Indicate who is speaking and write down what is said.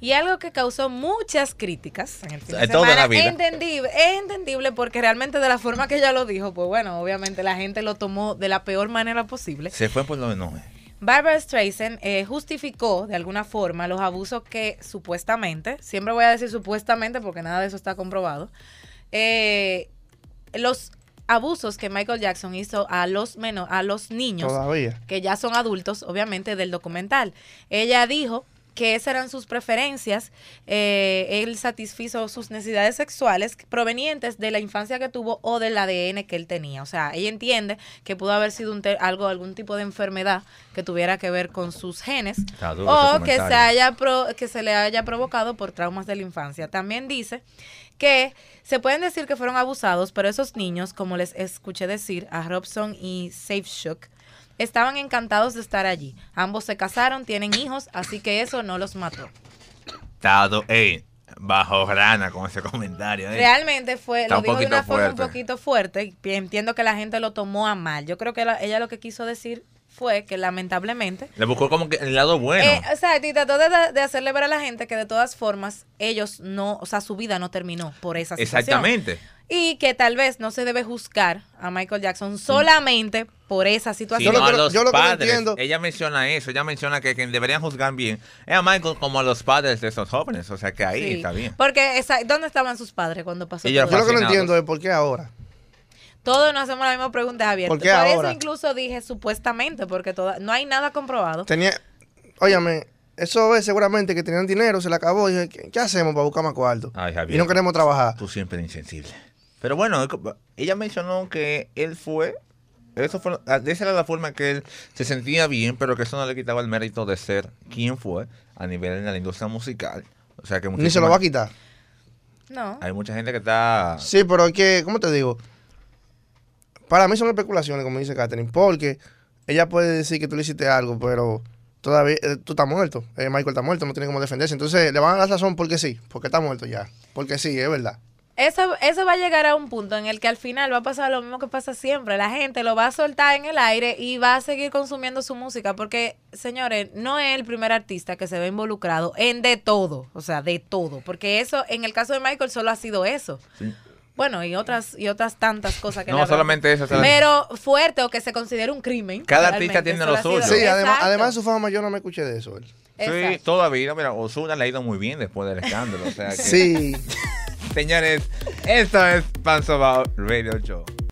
Speaker 1: y algo que causó muchas críticas en el fin de
Speaker 2: Toda
Speaker 1: semana.
Speaker 2: la vida.
Speaker 1: Entendible, es entendible porque realmente de la forma que ella lo dijo, pues bueno, obviamente la gente lo tomó de la peor manera posible.
Speaker 2: Se fue por eh. los enojes.
Speaker 1: Barbara Streisand eh, justificó de alguna forma los abusos que supuestamente, siempre voy a decir supuestamente porque nada de eso está comprobado, eh, los abusos que Michael Jackson hizo a los menos, a los niños
Speaker 3: Todavía.
Speaker 1: que ya son adultos, obviamente, del documental. Ella dijo que esas eran sus preferencias, eh, él satisfizo sus necesidades sexuales provenientes de la infancia que tuvo o del ADN que él tenía. O sea, ella entiende que pudo haber sido un te- algo, algún tipo de enfermedad que tuviera que ver con sus genes
Speaker 2: Está duro
Speaker 3: Oh,
Speaker 2: ese
Speaker 1: o que se,
Speaker 2: comentario.
Speaker 1: haya pro- que se le haya provocado por traumas de la infancia. También dice que se pueden decir que fueron abusados, pero esos niños, como les escuché decir a Robson y Safe Shook, estaban encantados de estar allí. Ambos se casaron, tienen hijos, así que eso no los mató.
Speaker 2: Tado, ey, bajo rana con ese comentario. ey.
Speaker 1: Realmente fue,
Speaker 2: Eh, Está
Speaker 1: lo
Speaker 2: un
Speaker 1: dijo de
Speaker 2: poquito
Speaker 1: una forma un
Speaker 2: fuerte.
Speaker 1: poquito fuerte. y Entiendo que la gente lo tomó a mal. Yo creo que la- ella lo que quiso decir fue que lamentablemente
Speaker 2: Le buscó como que el lado bueno.
Speaker 1: Eh, exacto, y trató de, de hacerle ver a la gente que de todas formas ellos no, o sea, su vida no terminó por esa situación.
Speaker 2: Exactamente.
Speaker 1: Y que tal vez no se debe juzgar a Michael Jackson solamente por esa
Speaker 2: Si
Speaker 3: Yo
Speaker 1: situación.
Speaker 3: lo
Speaker 2: no, a
Speaker 3: que-
Speaker 2: los
Speaker 3: yo lo que no
Speaker 2: padres.
Speaker 3: entiendo-
Speaker 2: Ella menciona eso, ella menciona que, que deberían juzgar bien. Es a Michael como a los padres de esos jóvenes, o sea que ahí
Speaker 1: Sí,
Speaker 2: está bien.
Speaker 1: Porque, esa- ¿dónde estaban sus padres cuando pasó
Speaker 2: Ella
Speaker 3: Yo
Speaker 1: todo
Speaker 3: lo que no
Speaker 2: Fascinados.
Speaker 3: entiendo es por qué ahora.
Speaker 1: Todos nos hacemos la misma pregunta, Javier.
Speaker 3: ¿Por qué
Speaker 1: eso
Speaker 3: ahora?
Speaker 1: incluso dije supuestamente, porque toda, no hay nada comprobado.
Speaker 3: Tenía, óyame, eso es seguramente que tenían dinero, se le acabó. Y dije, ¿qué, qué hacemos para buscar más cuarto?
Speaker 2: Ay, Javier.
Speaker 3: y no queremos trabajar.
Speaker 2: Tú siempre eres insensible. Pero bueno, ella mencionó que él fue. Eso fue, ah, esa era la forma que él se sentía bien, pero que eso no le quitaba el mérito de ser quien fue a nivel de la industria musical. O sea que
Speaker 3: Ni se lo va a quitar.
Speaker 1: No.
Speaker 2: Hay mucha gente que está.
Speaker 3: Sí, pero es que, ¿cómo te digo? Para mí son especulaciones, como dice Katherine, porque ella puede decir que tú le hiciste algo, pero todavía eh, tú estás muerto. Eh, Michael está muerto, no tiene cómo defenderse. Entonces le van a dar razón porque sí, porque está muerto ya. Porque sí, es verdad.
Speaker 1: Eso, eso va a llegar a un punto en el que al final va a pasar lo mismo que pasa siempre. La gente lo va a soltar en el aire y va a seguir consumiendo su música porque, señores, no es el primer artista que se ve involucrado en de todo, o sea, de todo. Porque eso, en el caso de Michael, solo ha sido eso. Bueno, y otras y otras tantas cosas que le
Speaker 2: No,
Speaker 1: habrán-
Speaker 2: solamente eso. solamente-
Speaker 1: Pero fuerte o que se considere un crimen.
Speaker 2: Cada
Speaker 1: realmente,
Speaker 2: artista tiene
Speaker 1: solo
Speaker 2: lo
Speaker 1: ha sido-
Speaker 2: suyo.
Speaker 3: Sí, además,
Speaker 1: Exacto.
Speaker 3: además de su fama, yo no me escuché de eso. él.
Speaker 2: Sí,
Speaker 1: Exacto.
Speaker 2: todavía, mira, Osuna le ha ido muy bien después del escándalo. O sea que,
Speaker 3: Sí.
Speaker 2: señores, esto es Pan Sobao Radio Show.